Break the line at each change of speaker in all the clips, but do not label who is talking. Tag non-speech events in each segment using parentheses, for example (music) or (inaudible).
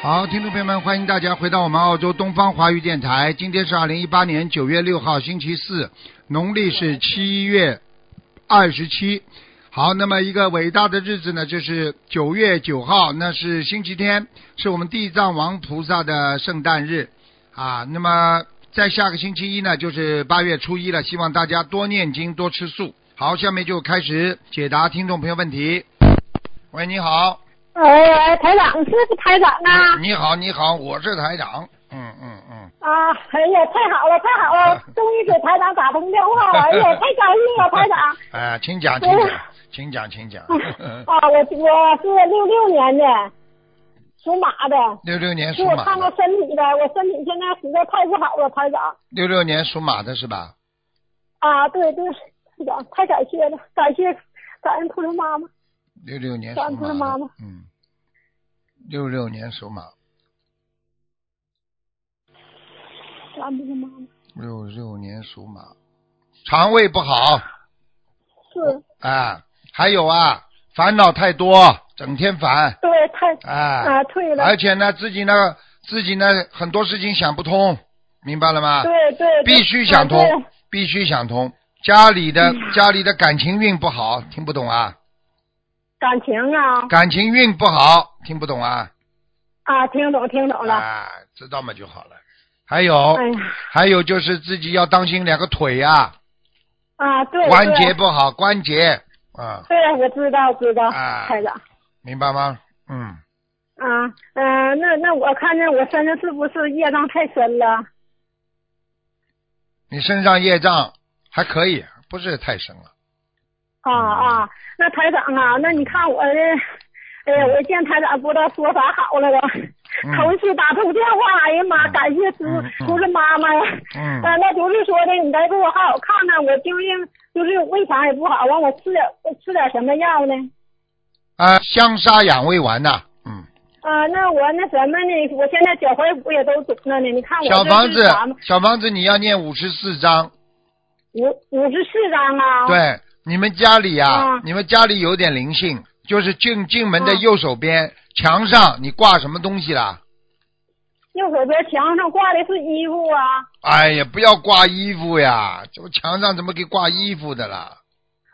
好，听众朋友们，欢迎大家回到我们澳洲东方华语电台。今天是二零一八年九月六号，星期四，农历是七月二十七。好，那么一个伟大的日子呢，就是九月九号，那是星期天，是我们地藏王菩萨的圣诞日啊。那么在下个星期一呢，就是八月初一了，希望大家多念经，多吃素。好，下面就开始解答听众朋友问题。喂，你好。
哎，台长是不台长啊？
你好，你好，我是台长。嗯嗯嗯。
啊，哎呀，太好了，太好了， (laughs) 终于给台长打通电话了，哎呀，太
(laughs)
高兴了，台长。
哎，请讲，请讲，请讲，请讲。嗯
(laughs) 啊，我我是六六年的，属马的。
(laughs) 六六年
给
属
我
马
看看
的。
身体呗，我身体现在实在太不好了，台长。
六六年属马的是吧？
啊，对对，台长太感谢了，感谢感恩菩萨妈妈。
六六年
感
属
恩
马的。
菩萨妈妈
嗯。六六年属马，
感恩菩萨妈妈。
六六年属马，肠胃不好
是，
啊，还有啊，烦恼太多，整天烦
对，太
啊，
啊，退了。
而且呢，自己呢，自己呢，很多事情想不通，明白了吗？
对 (laughs) 对。对
必须想通
啊对，嗯
必须想通。家里的家里的感情运不好，听不懂啊？
感情啊
感情运不好，听不懂啊？
啊，听懂听懂了。
啊，知道嘛就好了。还有，
哎呀，
还有就是自己要当心两个腿啊，
啊，对。
关
对
节不好，关节啊，
对，我知道，知道，
啊
台长。
明白吗？嗯，
啊，嗯、那那我看见我身上是不是业障太深了？
你身上业障还可以，不是太深了。
啊
嗯
啊，那台长啊，那你看我的，哎呀，我见台长不知道说啥好了都，
嗯
头一次打通电话，哎呀妈，感谢叔
嗯嗯
叔是妈妈呀，
嗯
啊，那就是说的，你再给我好好看看，我究竟就是为啥也不好，完我吃点我吃点什么药呢？
啊，香砂养胃丸呐、嗯，
啊，那我那什么呢？我现在脚踝骨也都肿了呢，你看我
小房
这
子
是啥吗？，
小房子你要念五十四章。
五五十四张啊？。
对，你们家里呀、
啊
你们家里有点灵性，就是进进门的
嗯
右手边、墙上，你挂什么东西啦？
右手边墙上挂的是衣服啊
哎呀，不要挂衣服呀！这不墙上怎么给挂衣服的啦？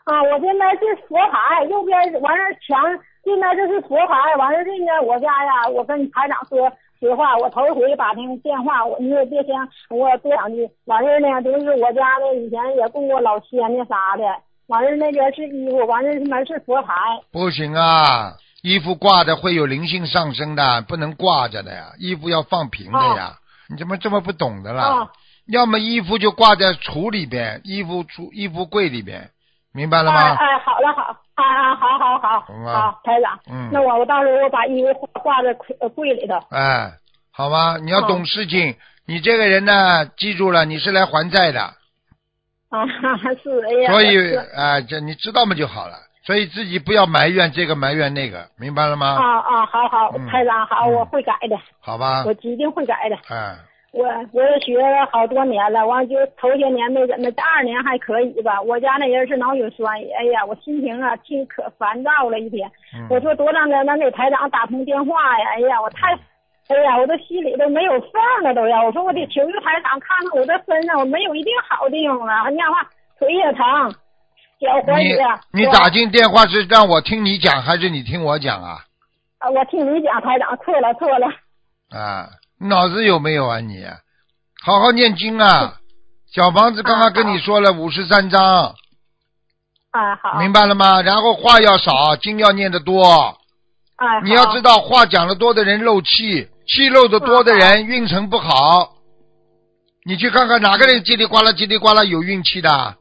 啊！我这边是佛牌，右边完事儿墙这边这是佛牌，完事儿这边我家呀，我跟台长说实话，我头一回把那个电话，我你也别嫌我多两句。完事儿呢，就是我家的以前也供过老仙的啥的，完事儿那边是衣服，完事儿这边是佛牌
不行啊，衣服挂着会有灵性上升的，不能挂着的呀，衣服要放平的呀。你怎么这么不懂的啦？
啊
要么衣服就挂在橱里边，衣服橱衣服柜里边，明白了吗？
哎哎，好了好，啊啊，好好好，
懂了
好台长，
嗯
那我我到时候我把衣服挂挂在柜呃柜里头，
哎，好吗？你要
哦
懂事情。你这个人呢，记住了，你是来还债的，
啊， (laughs) 是哎呀，
所
我
以
是
啊、这你知道嘛就好了。所以自己不要埋怨这个埋怨那个，明白了吗？
啊啊，好好
嗯，
台长好，
嗯啊
我会改的，
好吧
我，一定会改的。
哎，
我我也学了好多年了，完就头些年没怎么，第二年还可以吧。我家那人是脑血栓，哎呀，我心情啊，气可烦躁了一天。
嗯
我说多长时间能给台长打通电话呀？哎呀，我太，
嗯
哎呀，我这心里都没有缝了都要。我说我得
嗯
求求台长看看我这身上，我没有一定好地方啊了。你讲话腿也疼，脚踝也。
你你
我
打进电话是让我听你讲还是你听我讲啊？
啊？我听你讲，台长错了错了。
啊，脑子有没有啊你？好好念经
嗯
啊！小房子刚刚跟你说了五十三章，
啊，好。
明白了吗？然后话要少，经要念得多。
哎，
你要
好
知道，话讲得多的人漏气，气漏得多的人运程不好。你去看看哪个人叽里呱啦叽里呱啦有运气的？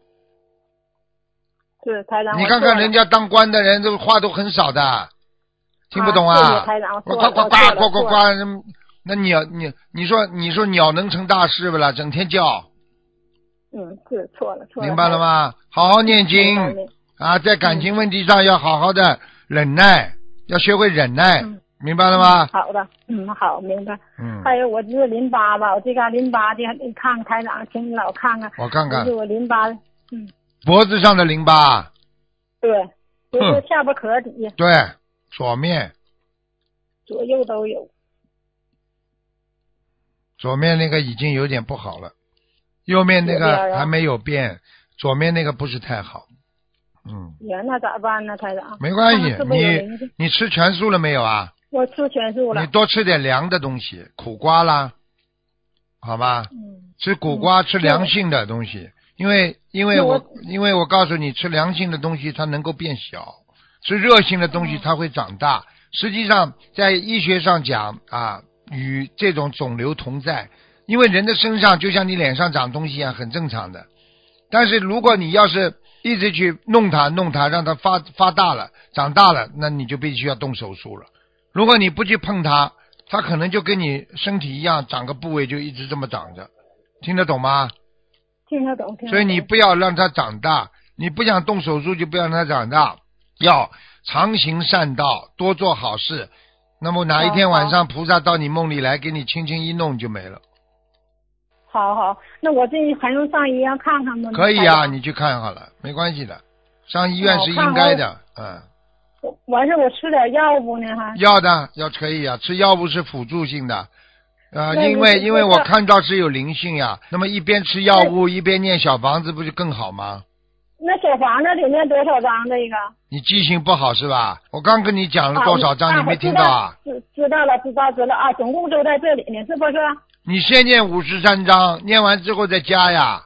是台长，
你
我
看
错
看
了啊
人家当官的人，这话都很少的，听不懂
啊对
啊
对台长？
我
我
呱呱呱
错了我错了
呱呱
我
呱，那鸟你你说你说鸟能成大事不啦？整天叫，
嗯，是错了，错了。嗯
明白了？吗？好好念
明白
经
明
啊，在感情问题上要好好的忍耐，要学会忍耐
嗯，
明白了吗？
好的，嗯，好，明白。
嗯，
还有我这个淋巴吧，我这个淋巴的，你看看台长，请你老看看，
我看看
就是我淋巴，嗯，
脖子上的淋巴。
对，就
哼
是下巴壳底下
对，左面，
左右都有。
左面那个已经有点不好了，右面那
右边
个
啊
还没有变，左面那个不是太好。嗯，
呀，那咋办呢，台长？
没关系
看看是，不是有灵
你
性
你吃全素了没有啊？
我吃全素了
你。多吃点凉的东西，苦瓜啦，好吧？
嗯，
吃苦瓜，吃凉性的东西，因为因为
那我
我因为我告诉你，吃凉性的东西它能够变小，吃热性的东西它会长大。实际上，在医学上讲啊，与这种肿瘤同在，因为人的身上就像你脸上长东西一样，很正常的。但是如果你要是一直去弄它、弄它，让它发发大了、长大了，那你就必须要动手术了。如果你不去碰它，它可能就跟你身体一样，长个部位就一直这么长着。听得懂吗？
听得懂，听得懂。
所以你不要让它长大，你不想动手术就不要让它长大，要常行善道，多做好事。那么哪一天
好
晚上菩萨到你梦里来，给你轻轻一弄就没了。
好好，那我这还能上医院看看吗？
可以
台
啊，
长
你去看好了，没关系的。上医院
哦
是
看
应该
好
的，嗯，
我完事儿我吃点药不呢还？
要的要可以啊，吃药物是辅助性的，呃，
那
因
你
为
是
因为
说
我
的
看到是有灵性呀、那么一边吃药
对
物一边念小房子，不就更好吗？
那小房子里面多少张这个？
你记性不好是吧？我刚跟你讲了
啊
多少张，
啊
你没
我
听
知
到
道
啊？
知知道了，知道知道啊，总共都在这里呢，是不是？
你先念五十三章，念完之后再加呀，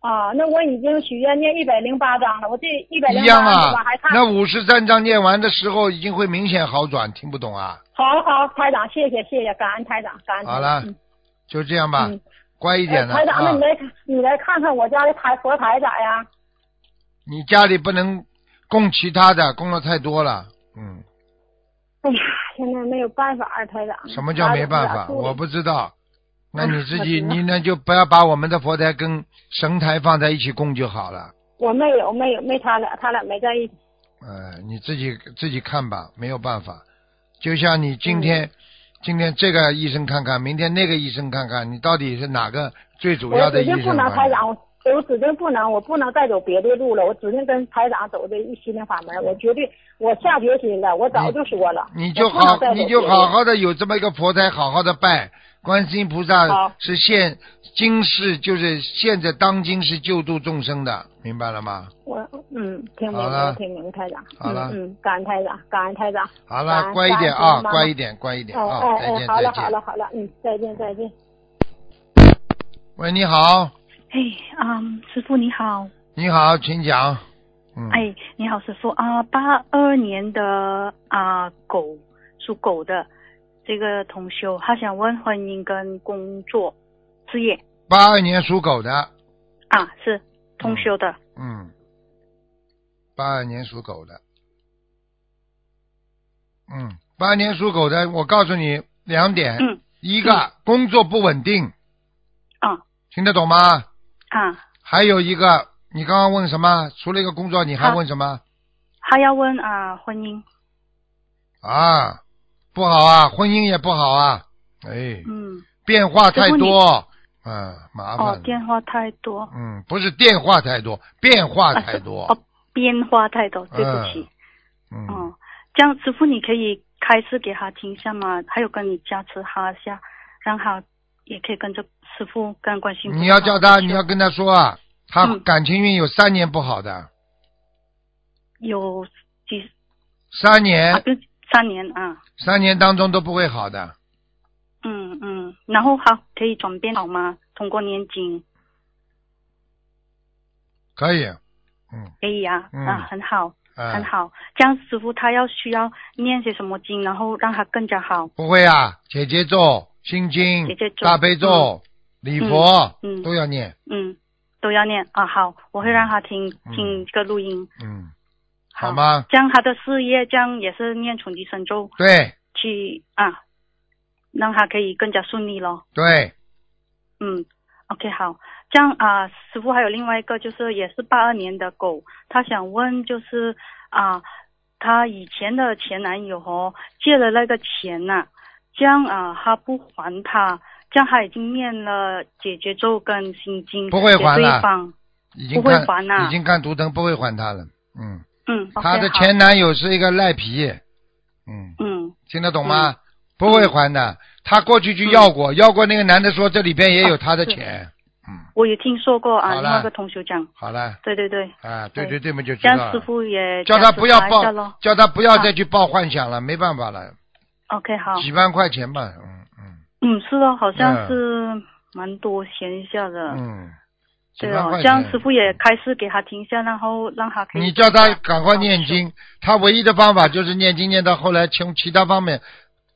啊，那我已经许愿念一百零八张了，我这一百零
一
八
样
张我
啊
还。看。
那五十三章念完的时候，已经会明显好转，听不懂啊？
好好，台长，谢谢谢谢，感恩台长，感恩台长。
好了
嗯，
就这样吧，
嗯
乖一点了
哎台长，那
啊
你！来你来看看我家的台佛台咋样？
你家里不能供其他的，供的太多了。嗯，
哎呀，现在没有办法啊，台长。啊
什么叫没办
家
法？
里不咋处理
我不知道。那你自己，
我知道
你那就不要把我们的佛台跟神台放在一起供就好了。
我没有没有没他俩，他俩没在一起。
呃，你自己自己看吧，没有办法。就像你今天、今天这个医生看看，明天那个医生看看，你到底是哪个最主要
我
的
指
医
定
生
不能
管
台
你
长，我我指定不能，我不能再走别的路了，我指定跟台长走这一心灵法门，我绝对，我下决心了，我早就说了，
你就
我不能
好
再，走
你
别的
就
路
好好的有这么一个佛台，好好的拜观世音菩萨
好，
是现今世就是现在当今是救度众生的，明白了吗？
我嗯，听明
好了
白，听明白，台长，
好了
嗯，嗯感恩台长，感恩台长，
好
感
了，
恩
乖一点
感恩
啊，
妈妈
乖一点，乖一点
哎
啊，
哎
再
哎，
见
好
再
了好
见
了。好了，嗯，再见再见。
喂，你好，
哎，嗯，师傅你好，
你好，请讲。嗯，
哎，你好，师傅啊，八、二年的啊、狗，属狗的这个同修，他想问婚姻跟工作、事业
八二年属狗的，
啊，是同修的，
嗯，八二年属狗的，嗯，八二年属狗的，我告诉你两点，
嗯
一个工作不稳定，
啊
听得懂吗？
啊，
还有一个，你刚刚问什么？除了一个工作，你还
啊
问什么？
他要问啊、婚姻，
啊，不好啊，婚姻也不好啊，哎，
嗯，
变化太
师傅你
多，嗯，麻烦了。
哦，电话太多，
嗯，不是电话太多，变化
啊
太
是
多。
哦，变化太多，对不起，
嗯，
哦，这样师傅你可以开示给他听一下吗？还有跟你加持他一下，让他也可以跟着师傅跟关心。
你要叫他，
求
你要跟他说啊，他
嗯
感情运有三年不好的，
有几
三年、
啊？就三年啊，
三年当中都不会好的，
嗯嗯，然后他可以转变好吗？通过念经
可以，嗯
可以啊，
嗯
啊，很好，
啊、
很好。这样师傅他要需要念些什么经，然后让他更加好。
不会啊，姐姐咒、心经
啊姐姐、咒嗯
大悲咒、礼佛、
嗯嗯
都要念，
嗯，都要念啊，好，我会让他听
嗯
听这个录音，
嗯，好吗？
这样他的事业，这样也是念纯吉神咒。
对
去啊，让他可以更加顺利咯。
对，
嗯，OK，好，这样啊、师傅还有另外一个就是也是八二年的狗，他想问就是啊、他以前的前男友哦借了那个钱呐、这样啊、他不还他，这样他已经念了解决咒跟心经，
不会还啊
给
了
对方，
已经
不会
看
还呐
已经看图腾不会还他了，嗯，
嗯，
她的
OK，好，
前男友是一个赖皮，嗯，
嗯嗯
听得懂吗？不会还的，她过去去要过，要过那个男的说这里边也
哦
有他的钱。嗯，
我有听说过啊，
好了
另外一个同学讲，
好了，
对对对，
啊，对对对嘛，就知
这
道
哎样师
了。
傅也
叫
这
他
样
不要
查一下
抱
咯，
叫他不要
啊
再去抱幻想了，没办法了，
OK，好，
几万块钱吧，嗯嗯
嗯，是的，好
嗯
像是蛮多闲下的，
嗯，几
对
万
哦，
块
这
钱。
样师傅也开始给他停下，然后让他可以
你叫他赶快
好
念经，他唯一的方法就是念经，念到后来从其他方面，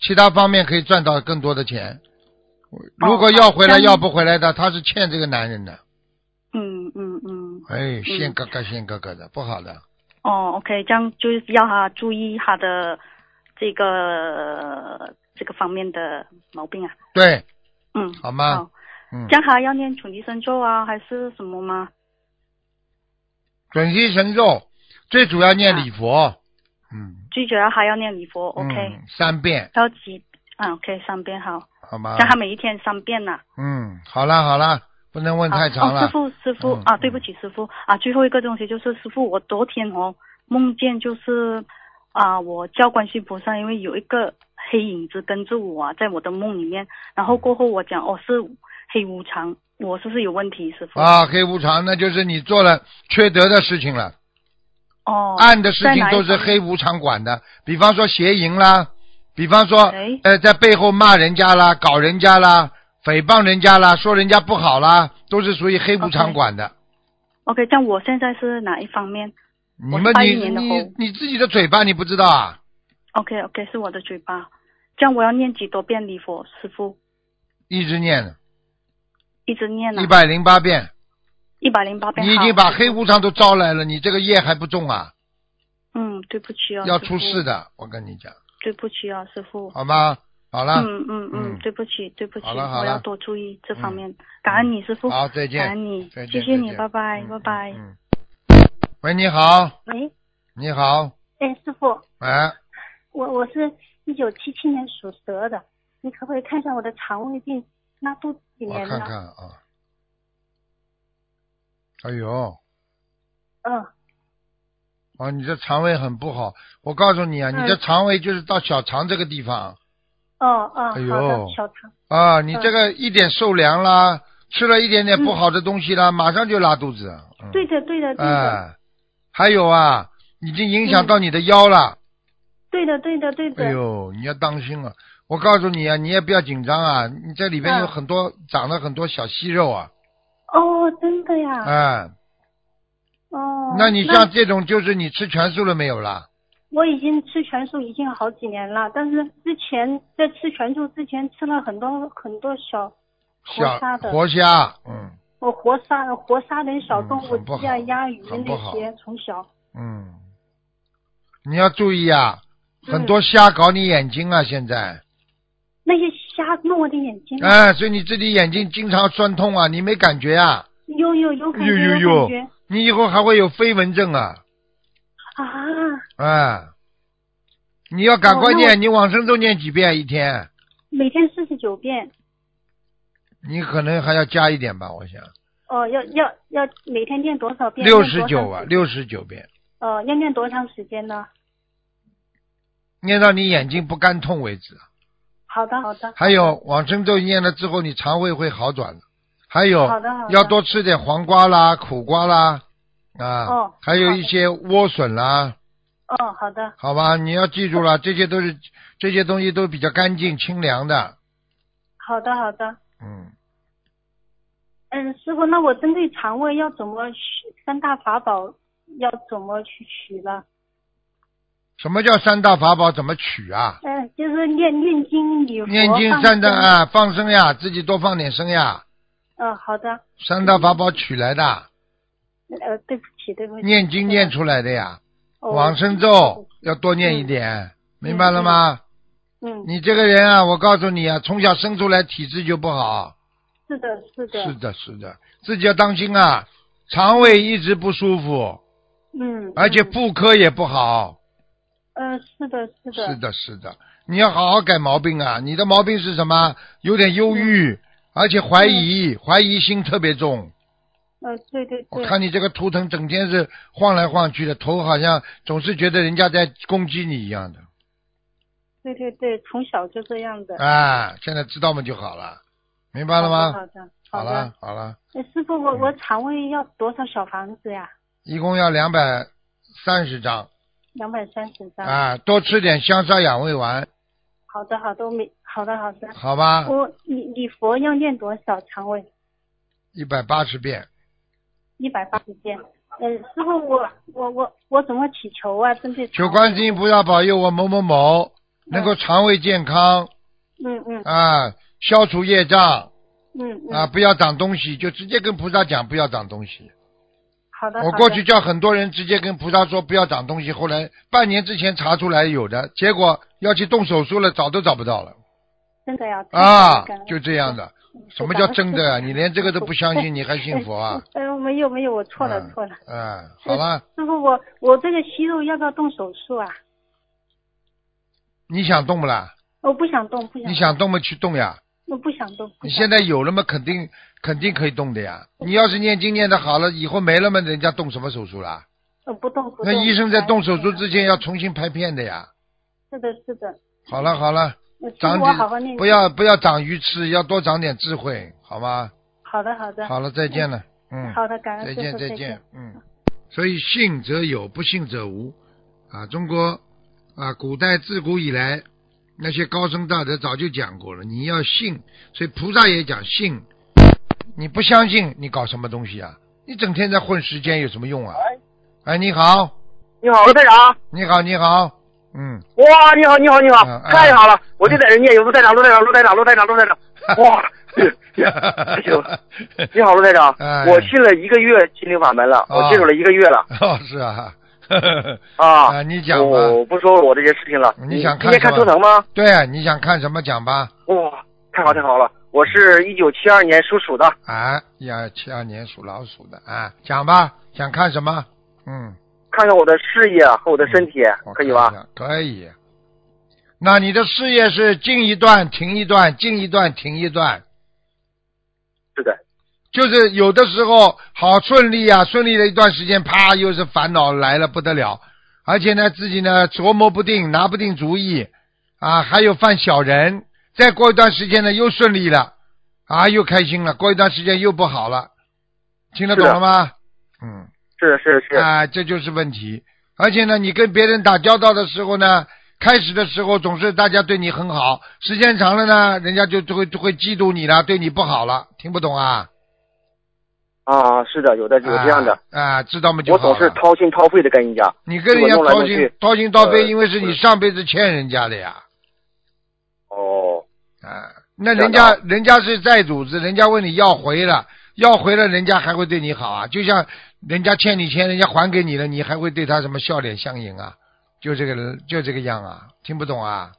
其他方面可以赚到更多的钱。
哦
如果要回来
好
要不回来的，他是欠这个男人的，
嗯嗯嗯，
哎，线哥哥线哥哥的不好的，
哦，OK，这样就是要他注意他的这个这个方面的毛病啊，
对，
嗯，
好吗
好？
嗯
这，样还要念准提神咒啊，还是什么吗？
准提神咒最主要念礼佛，嗯
最主要啊还要念礼佛，OK，
嗯，三遍，
要几啊？OK，三遍好，
好吗
这？样他每一天三遍啊呐。
嗯，好了好了，不能问太长
啊哦，
了
师，傅，师傅、
嗯
啊，
嗯
对不起，师傅啊，最后一个东西就是师傅，我昨天哦梦见就是啊，我叫观世音菩萨，因为有一个黑影子跟着我啊，在我的梦里面，然后过后我讲哦是黑无常，我是不是有问题，师傅？
啊，黑无常那就是你做了缺德的事情了。
哦，
暗的事
在
情
哪一
都是
方
黑无常管的，比方说邪淫啦，比方说
哎
呃在背后骂人家啦、搞人家啦、诽谤人家啦、说人家不好啦，都是属于黑无常
OK
管的。
OK，这样我现在是哪一方面
你
我
们
是81
你
年的
你
猴
你自己的嘴巴你不知道啊？
？OK OK，是我的嘴巴，这样我要念几多遍礼佛，师傅
一直念
一直念
一
啊，
百零八遍，
一百零八遍。
你已
好
经把
师
黑
父
无常都招来了，你这个业还不重啊？
嗯，对不起哦，
要
师
出
父
事，的，我跟你讲，
对不起哦，师傅。
好吗？好了，
嗯
嗯
嗯嗯，对不起，对不起，
好了好
我
了
要多注意这方面。感恩你师傅，
好，再
感
见，
恩你
再，见，
谢谢
再
你，
见
拜拜，
嗯
拜拜。
嗯嗯喂，你好，
喂，
你好，
哎，师傅，
哎，
我我是一九七七年属蛇的，你可不可以看一下我的肠胃病？那都几
我
年
看
了？
看啊。哎呦，
嗯，
啊，你这肠胃很不好。我告诉你啊，你这
嗯
肠胃就是到小肠这个地方
哦哦，
哎
好
呦
的，小肠。
啊，你
嗯
这个一点受凉啦，吃了一点
嗯
点不好的东西啦，马上就拉肚子。嗯、
对的，对的，对的，
哎，还有啊，已经影
嗯
响到你的腰了。
对的，对的，对
哎
的。
呦，你要当心啊！我告诉你啊，你也不要紧张啊，你这里边有
嗯
很多、长了很多小息肉啊，
哦，真的呀。
哎，
哦。
那你像这种就是你吃全素了没有啦？
我已经吃全素已经好几年了，但是之前在吃全素之前吃了很多很多小
小
活鲨的，
活虾，嗯
我哦活杀活杀点小动
嗯
物，
很不好
鸡啊、鸭、鱼
很不
那
好
些，从小。
嗯，你要注意啊，
嗯
很多虾搞你眼睛啊，现在，
那些虾弄我的眼睛，
哎，所以你自己眼睛经常酸痛啊，你没感觉啊？
有有有感
呦
觉，
呦
有感
呦
觉，
你以后还会有飞蚊症啊，
啊！
哎，你要赶
哦
快
那我
念，你往生咒念几遍啊一天？
每天四十九遍，
你可能还要加一点吧，我想
哦，要要要每天念多少遍？
六十九
念多长
啊，
时
六十九遍，
哦，要念多长时间呢？
念到你眼睛不干痛为止。
好的，好的，
还有往生咒念了之后，你肠胃会好转的。还有
好的好的
要多吃点黄瓜啦、苦瓜啦，啊，
哦
还有
好的
一些莴笋啦，
哦，好的，
好吧，你要记住了，这些都是这些东西都比较干净清凉的，
好的，好的。
嗯，
嗯，师傅，那我针对肠胃要怎么许三大法宝要怎么去取呢？
什么叫三大法宝？怎么取啊？
嗯，就是念念经礼佛。
念经
放
三大
生。
啊，放生呀，自己多放点生呀，
嗯，好的。
三大法宝取来的，
呃，对不起，对不起。
念经念出来的呀，
哦
往生咒要多念一点，明白了吗？
嗯，
你这个人啊，我告诉你啊，从小生出来体质就不好。
是的，是的。
是的，是的，自己要当心啊，肠胃一直不舒服，
嗯。
而且
嗯。
妇科也不好。
嗯，是的，是的。
是的，是的，你要好好改毛病啊！你的毛病是什么？有点忧郁，而且怀疑，怀疑心特别重。
嗯，对对
我
嗯对。
看你这个图腾整天是晃来晃去的，头好像总是觉得人家在攻击你一样的。
对对对，从小就这样 (laughs) 的。
哎，现在知道嘛就好了，明啊白
好
了吗？
的，
好
好的。
了，嗯好了，
呃师傅，我我肠胃要多少小房子呀？
一共要两百三十张
两百三十张。
啊，多吃点香砂养胃丸，
好的，好的，我每好的好的。
好吧？
我你你佛要念多少肠胃？
一百八十遍，
一百八十遍。嗯，师傅，我我我我怎么祈求啊？针对
求观世音菩萨保佑我某某某能够肠胃健康
嗯嗯
啊，消除业障
嗯嗯。
啊，不要长东西，就直接跟菩萨讲不要长东西。
好的。
我
好的
过去叫很多人直接跟菩萨说不要长东西，后来半年之前查出来有的，结果要去动手术了，找都找不到了
真的呀。
啊
太感恩，
就这样的。
嗯
什么叫真
(laughs)
的
感
啊？
恩
你连这个都不相信，你还信佛啊？
(laughs) 嗯，没有没有，我错了
嗯
错了。
嗯，好了，
师傅，我我这个息肉要不要动手术啊？
你想动不啦？
我不想动，不想。
你想动嘛去动呀？
我不想动。不
你
想
现在有了嘛，肯定肯定可以动的呀。你要是念经念的好了，以后没了嘛，人家动什么手术啦？
我不动不动。
那医生在动手术
哎
之前要重新拍片的呀。
是的，是的。
好了好了，
我师
长
傅，我好好
点
念。
不。要不要长鱼吃，要多长点智慧，好吗？
好的，好的。
好了，再见了，嗯，
啊好的，感恩
再
师
见
傅，
再
再
见。，嗯。所以信则有，不信则无，啊，中国啊，古代自古以来那些高僧大德早就讲过了，你要信，所以菩萨也讲信，你不相信你搞什么东西啊？你整天在混时间有什么用啊？哎，你好，
你好，罗台长。
你好，你好，嗯，
哇，你好，你好，你好
嗯，
太好了！我就在这念，有罗台长，罗台长，罗台长，罗台长，罗
(laughs)
台长。哇， (laughs) 哎呦你好，罗台长
哎，
我信了一个月心灵法门了，
哦
我接触了一个月了
(laughs) 哦，是啊， (laughs) 呵呵
啊
啊，。你讲吧，
我不说我这些事情了。
你想看
今天看
什么
图腾吗？
对啊，你想看什么讲吧？
哇，太好太好了！我是一九七二年属鼠的，
啊，一二七二年属老鼠的啊，讲吧，想看什么？嗯，
看看我的事业和我的身体
我，
可以
看
吧
一？下？可以。那你的事业是进一段停一段，进一段停一段，
是的，
就是有的时候好顺利啊，顺利了一段时间，啪，又是烦恼来了不得了，而且呢，自己呢琢磨不定，拿不定主意啊，还有犯小人。再过一段时间呢，又顺利了，啊，又开心了。过一段时间又不好了，听得懂
是的
了吗？嗯。
是的，是的，是的，
啊，这就是问题。而且呢，你跟别人打交道的时候呢，开始的时候总是大家对你很好，时间长了呢，人家就就会就会嫉妒你了，对你不好了，听不懂啊？
啊，是的，有的有这样的
啊，，啊知道吗？就
我
好
总是
了。
掏心掏肺的跟人家，
你跟人家
我弄来
掏
弄
心
去
掏心掏肺，
呃
因为是你
是
上辈子欠人家的呀。
哦。
啊，那
这
人
样
家
的
人家是债主子，人家问你要回了，要回了，人家还会对你好啊？就像人家欠你钱，人家还给你了，你还会对他什么笑脸相迎啊？就这个人，就这个样啊？听不懂啊？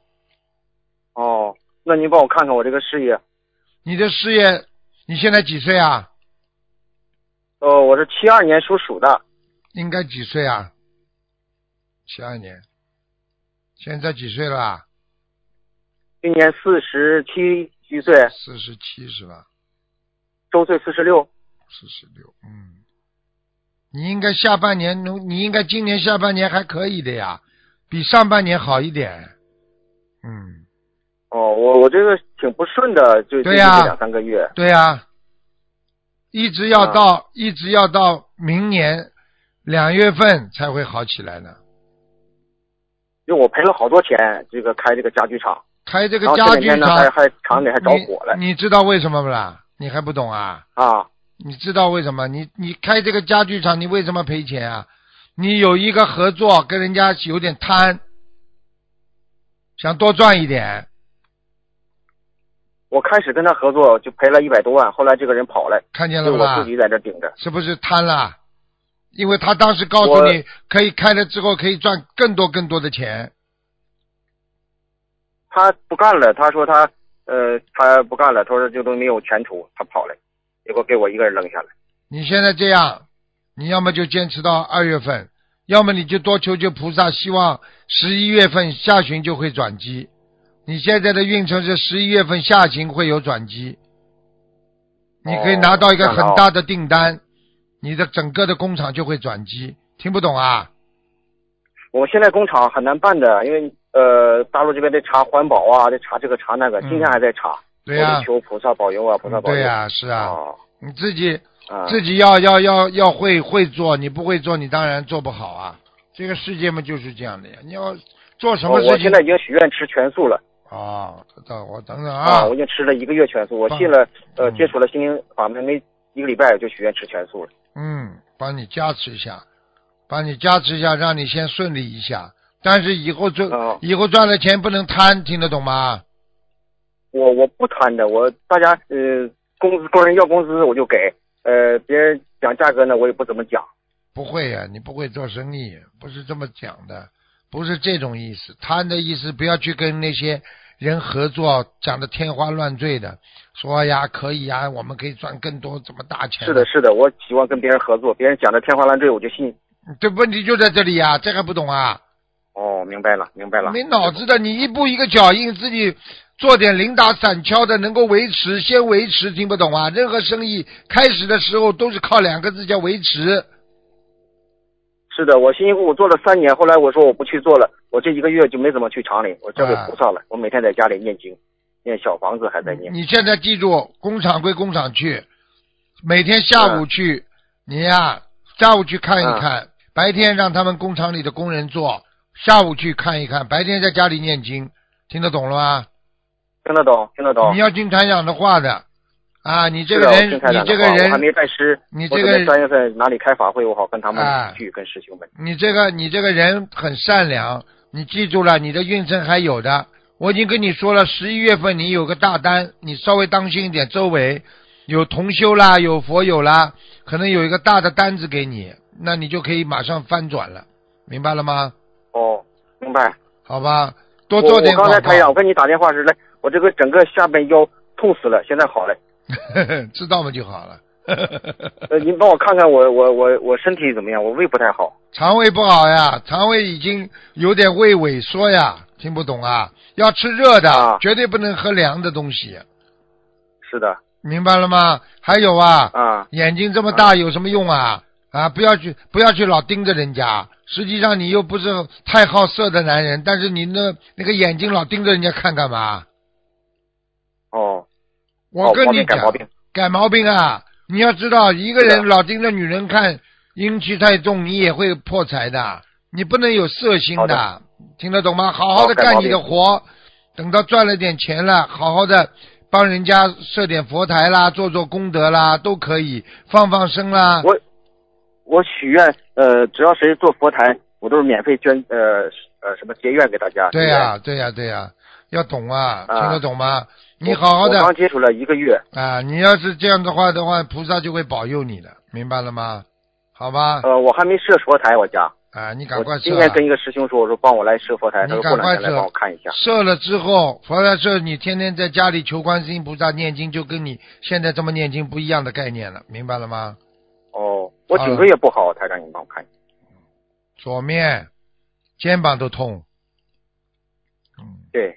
哦，那您帮我看看我这个事业。
你的事业，你现在几岁啊？
呃，我是七二年属鼠的，
应该几岁啊？七二年，现在几岁了啊？
今年四十七虚岁，
四十七是吧？
周岁四十六。
四十六，嗯，你应该下半年能，你应该今年下半年还可以的呀，比上半年好一点。嗯，
哦，我我这个挺不顺的，就
对呀
最近这两三个月。
对呀，一直要
啊
到、一直要到明年两月份才会好起来呢。
因为我赔了好多钱，这个开这个家具厂，
开这个
然后
家
这
具
两天呢
厂
还，还厂里还着火了
你，你知道为什么不啦？你还不懂啊？
啊！
你知道为什么？你你开这个家具厂，你为什么赔钱啊？你有一个合作，跟人家有点贪，想多赚一点，
我开始跟他合作就赔了一百多万，后来这个人跑了，
看见
就
了
是
不
我
啦
自？己在这顶着。
是不是贪啦？因为他当时告诉
我
你，可以开了之后可以赚更多更多的钱，
他不干了，他说他呃他不干了，他说这都没有前途，他跑了，结果给我一个人扔下来。
你现在这样，你要么就坚持到二月份，要么你就多求求菩萨，希望十一月份下旬就会转机。你现在的运程是十一月份下旬会有转机，你可以
哦
拿到一个
看到
很大的订单，你的整个的工厂就会转机。听不懂啊？
我现在工厂很难办的，因为呃，大陆这边在查环保啊，在查这个查那个，
嗯
今天还在查。
对呀嗯
我就求菩萨保佑啊，菩萨保佑。
对呀、是啊，
哦
你自己
啊，
自己要要要要会会做，你不会做，你当然做不好啊。这个世界嘛就是这样的呀，你要做什么
哦我
事
我
情
现在已经许愿吃全素了
啊？知道我等等
啊，
啊
我已，经吃了一个月全素，我
棒
信了呃
嗯
接触了心灵法门没一个礼拜就许愿吃全素了。
嗯，帮你加持一下，帮你加持一下，让你先顺利一下。但是以后赚、
哦
以后赚了钱不能贪，听得懂吗？
我我不贪的，我大家呃工资工人要工资我就给，呃别人讲价格呢我也不怎么讲。
不会呀、你不会做生意，不是这么讲的，不是这种意思。贪的意思，不要去跟那些人合作，讲的天花乱坠的，说呀可以呀，我们可以赚更多，怎么大钱？
是的，，是的，我喜欢跟别人合作，别人讲的天花乱坠我就信。
这问题就在这里呀、这还不懂啊？
哦，明白了，明白了。
没脑子的，你一步一个脚印，自己做点零打散敲的，能够维持，先维持，听不懂啊？任何生意开始的时候都是靠两个字叫维持。
是的，我辛辛苦苦做了三年，后来我说我不去做了，我这一个月就没怎么去厂里，我交给
啊
菩萨了。我每天在家里念经，念小房子还在念。
你现在记住，工厂归工厂去，每天下午去，
嗯
你呀、下午去看一看，白天让他们工厂里的工人做，下午去看一看，白天在家里念经，听得懂了吗？
听得懂，听得懂
你。要听台长的话的啊！你这
是
个
的，我
人，
听台
你
长
这
的
个
话，我还
人，
没拜师。
你
我
这
准
个
备三月份哪里开法会，我好跟他们
哎
一起去，跟师兄们。
你这个你这个人很善良，你记住了，你的运程还有的。我已经跟你说了，十一月份你有个大单，你稍微当心一点，周围有同修啦，有佛友啦，可能有一个大的单子给你，那你就可以马上翻转了，明白了吗？
哦，明白。
好吧，多做点
我我
广
刚才台长，
告
我，跟你打电话时来，我这个整个下半腰痛死了，现在好了。
(laughs) 知道吗就好了。
呃，您帮我看看我我我我身体怎么样？我胃不太好。
肠胃不好呀，肠胃已经有点胃萎缩呀，听不懂啊？要吃热的，
啊
绝对不能喝凉的东西。
是的，
明白了吗？还有啊，
啊，
眼睛这么大有什么用啊？啊，不要去不要去老盯着人家，实际上你又不是太好色的男人，但是你那那个眼睛老盯着人家看干嘛？
哦，
我跟
好毛
你
病改
讲，
毛病。
改毛病啊！你要知道，一个
是的
人老盯着女人看，阴气太重，你也会破财的。你不能有色心
好
的，
的
听得懂吗？好好的
好改
干
毛
你
病
的活，等到赚了点钱了，好好的帮人家设点佛台啦，做做功德啦，都可以放放生啦。
我我许愿，呃，只要谁做佛台，我都是免费捐，呃呃，什么结愿给大家。
对啊
呀、
呀、对呀、对呀、要懂啊，
啊
听得懂吗？你好好的
我刚接触了一个月，
啊，你要是这样的话的话，菩萨就会保佑你的，明白了吗？好吧，
呃，我还没设佛台，我家。
啊，你啊赶快
我
设
今
啊。
天跟一个师兄说，我说帮我来设佛台，
你
哎他说
赶
过两
快
天来
设
帮我看一下。
设了之后，佛在这，你天天在家里求观世音菩萨念经，就跟你现在这么念经不一样的概念了，明白了吗？
哦，我
好了
颈椎也不好，台长，你帮我看一下。
左面肩膀都痛，
对，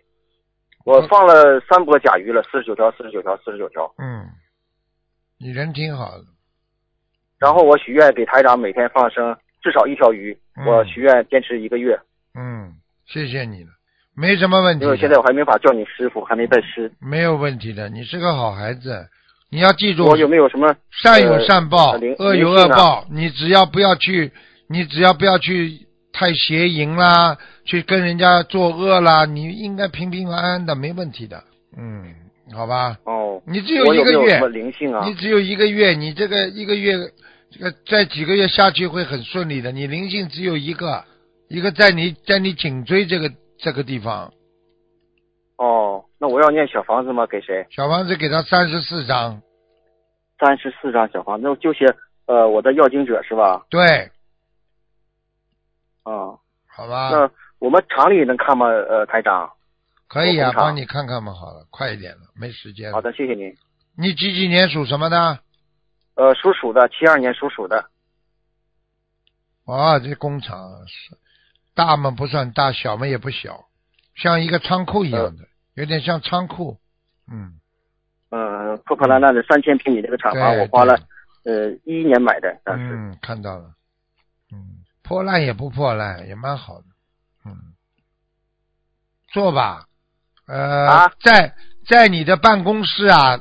我放了三波甲鱼了，四十九条，四十九条，四十九条。
嗯，你人挺好的，
然后我许愿给台长每天放生至少一条鱼，
嗯
我许愿坚持一个月，
嗯，谢谢你了，没什么问题
因
的，
为现在我还没法叫你师傅，还没拜师。
没有问题的，你是个好孩子，你要记住，
我有没有什么
善有善报，
呃灵
恶有恶报。你只要不要去，你只要不要去太邪淫啦，去跟人家作恶啦，你应该平平安安的，没问题的。嗯，好吧，
哦，
你只
我
一
有
个
没有
月
什么，灵性啊？
你只有一个月，你这个一个月，这个在几个月下去会很顺利的。你灵性只有一个，一个在你在你颈椎这个这个地方，
哦，那我要念小房子吗？给谁？
小房子给他三十四张，
三十四张小房子，那就写呃我的要经者是吧？
对，
啊、
好吧。
那我们厂里能看吗？呃，台长。
可以啊，
工厂
帮你看看嘛，好了，快一点了，没时间了。
好的，谢谢您。
你几几年属什么的？
呃，属鼠的，七二年属鼠的。
哦，这工厂是大嘛不算大，小嘛也不小，像一个仓库一样的，有点像仓库。嗯，
嗯、破破烂烂的三千平米这个厂房，
对
我花了
对
呃一一年买的，但是、
嗯，看到了。嗯，破烂也不破烂，也蛮好的。嗯，做吧，呃，
啊
在在你的办公室啊，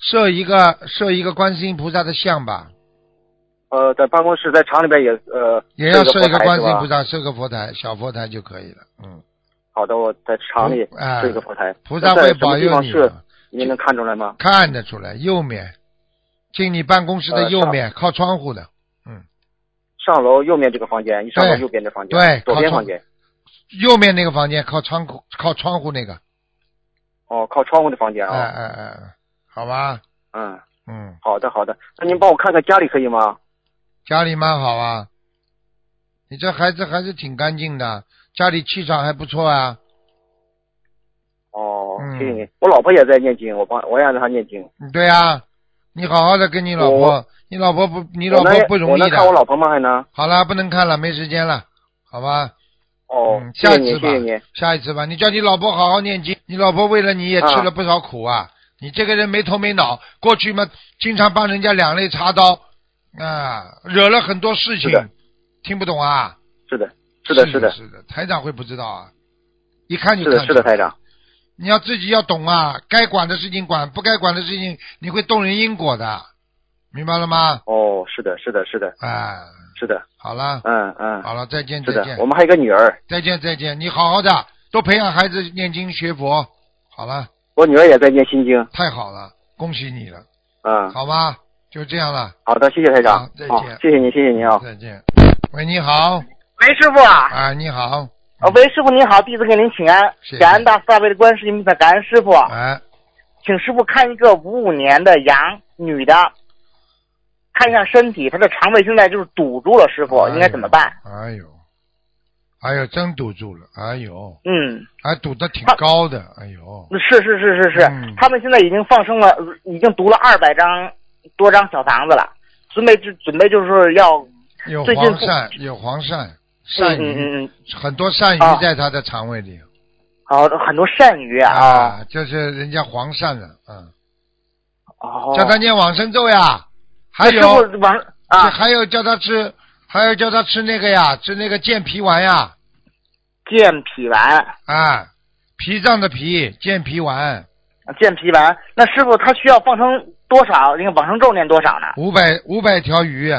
设一个设一个观世音菩萨的像吧，
呃，在办公室，在厂里边也呃
也要
设
设一个
佛台
观
是
世音
吧
菩萨，设个佛台，小佛台就可以了。嗯，
好的，我在厂里
哎
设一个佛台。
菩萨
那在
会
什
保
么地
佑
方
你
设
的，，
您能看出来吗？
看得出来，右面，进你办公室的
呃
右
上
面，靠窗户的，
上楼右面这个房间，一上楼
对
右边这房间，
对
左
靠
边
窗
房间，
右面那个房间靠窗口靠窗户那个，
哦，靠窗户的房间
哎
啊。
哎哎，哎好吧，
嗯，
嗯，
好的好的，那您帮我看看家里可以吗？
家里蛮好啊，你这孩子还是挺干净的，家里气场还不错啊，
哦，
嗯
谢谢您。我老婆也在念经，我帮我也让她念经。
对啊，你好好的跟你老婆，你老婆不，你老
我能
婆不容
我
易
能看我
的。
老婆吗？还能？
好了，不能看了，没时间了，好吧？
哦
嗯，
谢
下
谢
一
您，
次吧
谢谢您。
下一次吧，你叫你老婆好好念经，你老婆为了你也吃了不少苦啊。你这个人没头没脑，过去嘛经常帮人家两肋插刀，啊，惹了很多事情
是的，
听不懂啊？
是的，是的，
是
是的，
是的，台长会不知道啊，一看就是看出来
的，是的，台长。
你要自己要懂啊，该管的事情管，不该管的事情你会动人因果的，明白了吗？
哦，是的，是的，是的，
啊，
是的，
好了，
嗯嗯，
好了，再见，
是
再
的。
见
我，们还有一个女儿，
再见，再见，你好好的，多培养孩子念经学佛，好了，
我女儿也在念心经。
太好了，恭喜你了，
嗯，
好吗？就这样了，
好的，谢谢台长
好再。见
好，谢谢您，谢谢您啊。
再见。喂，你好，
梅师傅啊，
啊，你好，
呃喂，师傅您好，弟子给您请安
谢谢，
感恩大慈大悲的观世音菩萨，感啊恩师傅，
哎，
请师傅看一个五五年的羊女的，看一下身体，她的肠胃现在就是堵住了，师傅
哎呦
应该怎么办？？
哎呦，哎呦，真堵住了，哎呦，
嗯，
还堵得挺
他
高的，哎呦，
是是是是是
嗯，
他们现在已经放生了，呃已经读了二百张多张小房子了，准备就准备就是要，
有
最近
黄
不
鳝，有黄鳝，鳝
嗯
鱼。
嗯嗯，
很多鳝
啊
鱼在他的肠胃里
好很多鳝鱼啊，，
就是人家黄鳝了，嗯，
哦，
叫他念往生咒呀，还
那师
有
傅往啊
还有叫他吃，还有叫他吃那个呀，吃那个健脾丸呀，
健脾丸。
啊，脾脏的脾健脾丸，
健脾丸。那师傅他需要放生多少？那个往生咒念多少呢？
五百五百条鱼，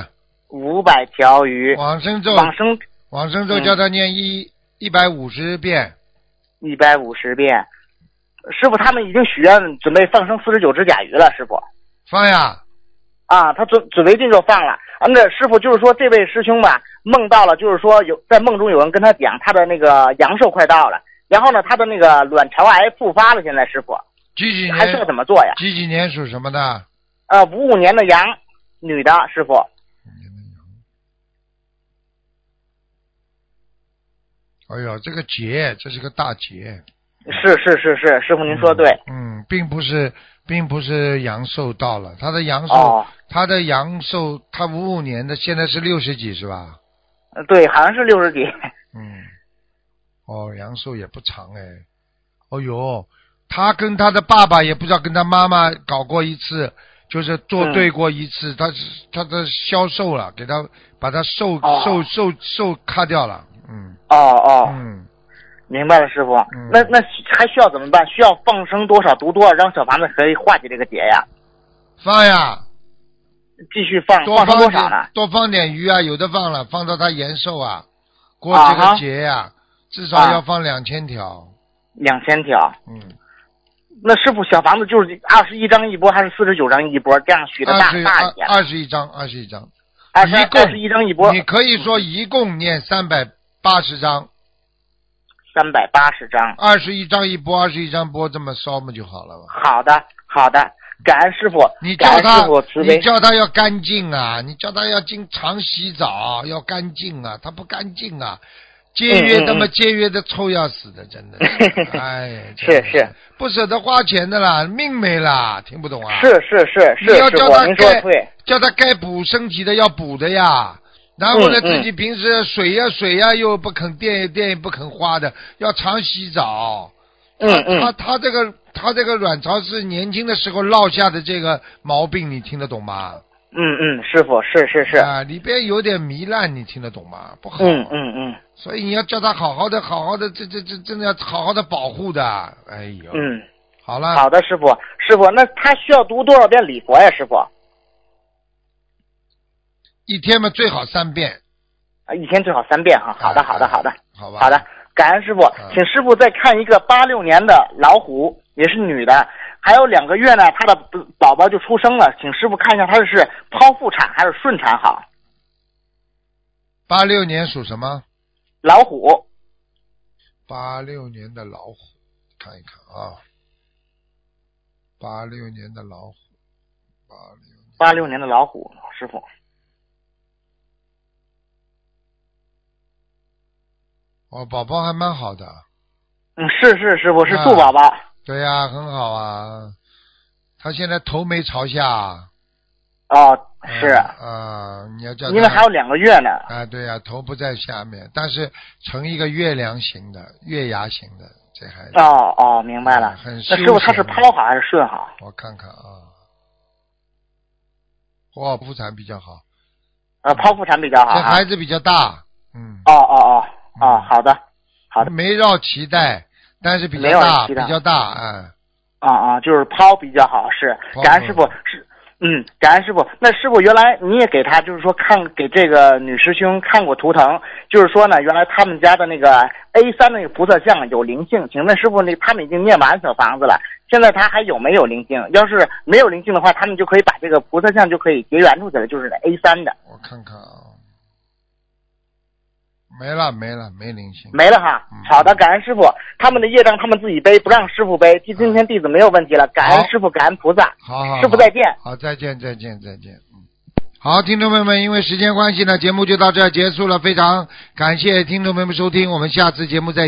五百条鱼，
往生咒
往生
往生咒
嗯
叫他念一一百五十遍，
一百五十遍。师傅他们已经许愿准备放生四十九只甲鱼了，师傅
放呀，
啊，他准准备进就放了。啊，那师傅就是说这位师兄吧，梦到了，就是说有在梦中有人跟他讲他的那个阳寿快到了，然后呢他的那个卵巢癌复发了，现在师傅
几几
还需要
年
怎么做呀？
几几年属什么的？
呃，五五年的羊女的师傅，
哎呦，这个劫，这是个大劫。
是是是是，师傅您说的对。
嗯，并不是，并不是阳寿到了，他的阳寿，
哦，
他的阳寿，他五五年的，现在是六十几是吧？
呃对，好像是六十几。
嗯，哦，阳寿也不长哎，哦呦，他跟他的爸爸也不知道跟他妈妈搞过一次，就是作对过一
嗯
次，他是他的消瘦了，给他把他瘦、
哦
瘦瘦瘦卡掉了，嗯
哦哦，
嗯，
明白了，师傅。
嗯
那那还需要怎么办？需要放生多少读多少张小房子可以化解这个劫呀？
放呀，
继续放，
多
哎放生多
放
少呢
点？多放点鱼啊，有的放了，放到他延寿啊，过
啊
这个
哈
节呀、至少
啊
要放两千条。
两千条。
嗯，
那师傅，小房子就是二十一张一波，还是四十九张一波？这样许的
二
大
十
大
二
一点，
二十一张，二十一张，
二十
一共
二十一张一波，
你可以说一共念三百八十张，
三百八十张。
二十一张一波，二十一张波这么烧嘛就好了嘛。
好的，好的，感恩师傅，
你
感
叫
恩师
他
傅，慈
你
悲。
叫他要干净啊！你叫他要经常洗澡，要干净啊！他不干净啊，节约
嗯嗯
他妈
嗯
节约的臭要死的，真的。
(laughs)
哎，
是
真的
是
不舍得花钱的啦，命没啦，听不懂啊？
是是是是，
你要
师
叫
傅，
他
您说
该
的对。
叫他该补身体的要补的呀。然后呢，
嗯嗯
自己平时水呀、水呀、又不肯电也电也不肯花的，要常洗澡。
嗯嗯
他啊他这个他这个卵巢是年轻的时候落下的这个毛病，你听得懂吗？
嗯嗯，师傅是是是，
啊，里边有点糜烂，你听得懂吗？不好，
嗯嗯嗯
所以你要叫他好好的、好好的，这这这真的要好好的保护的。哎呦，
嗯，
好了，
好的，师傅师傅，那他需要读多少遍礼佛呀，师傅？啊
一天嘛最好三遍。
啊，一天最好三遍哈。好的
哎
好的好的，
好吧，
好的，感恩师傅，
嗯
请师傅再看一个八六年的老虎，也是女的，还有两个月呢，她的宝宝就出生了，请师傅看一下她是剖腹产还是顺产好？
八六年属什么？
老虎，
八六年的老虎，看一看啊。八六年的老虎，八六
八六年的老虎，师傅，
哦，宝宝还蛮好的，
嗯，是是师傅是
啊
素宝宝，
对呀、很好啊。他现在头没朝下。
哦
嗯
是，
啊、你要叫
因为
他
还有两个月呢，
啊，对呀、头不在下面，但是呈一个月亮形的、月牙形的这孩子。
哦哦明白了，
嗯很
那师傅他是
休闲
剖好还是顺好？
我看看啊，剖腹产比较好，
呃，剖腹产比较好
嗯这
啊，
孩子比较大，嗯，
哦哦哦哦
嗯，
好的好的，
没绕脐带，但是比较
没有
大，比
脐带
较大啊、
啊啊，就是抛比较好，是
抛
感恩师傅是，嗯，感恩师傅。那师傅原来你也给他就是说看给这个女师兄看过图腾，就是说呢，原来他们家的那个 A 三那个菩萨像有灵性，请问师傅那他们已经念完小房子了，现在他还有没有灵性？要是没有灵性的话，他们就可以把这个菩萨像就可以结缘出去了，就是 A 三的
我看看啊，没了没了，没灵性，
没了哈
嗯。
好的，感恩师傅，他们的业障他们自己背，不让师傅背。今今天弟子没有问题了，感
嗯好
恩师傅，感恩菩萨，
好好好，
师傅再见。
好，再见，再见，再见。嗯，好，听众朋友们，因为时间关系呢，节目就到这儿结束了。非常感谢听众朋友们收听，我们下次节目再见。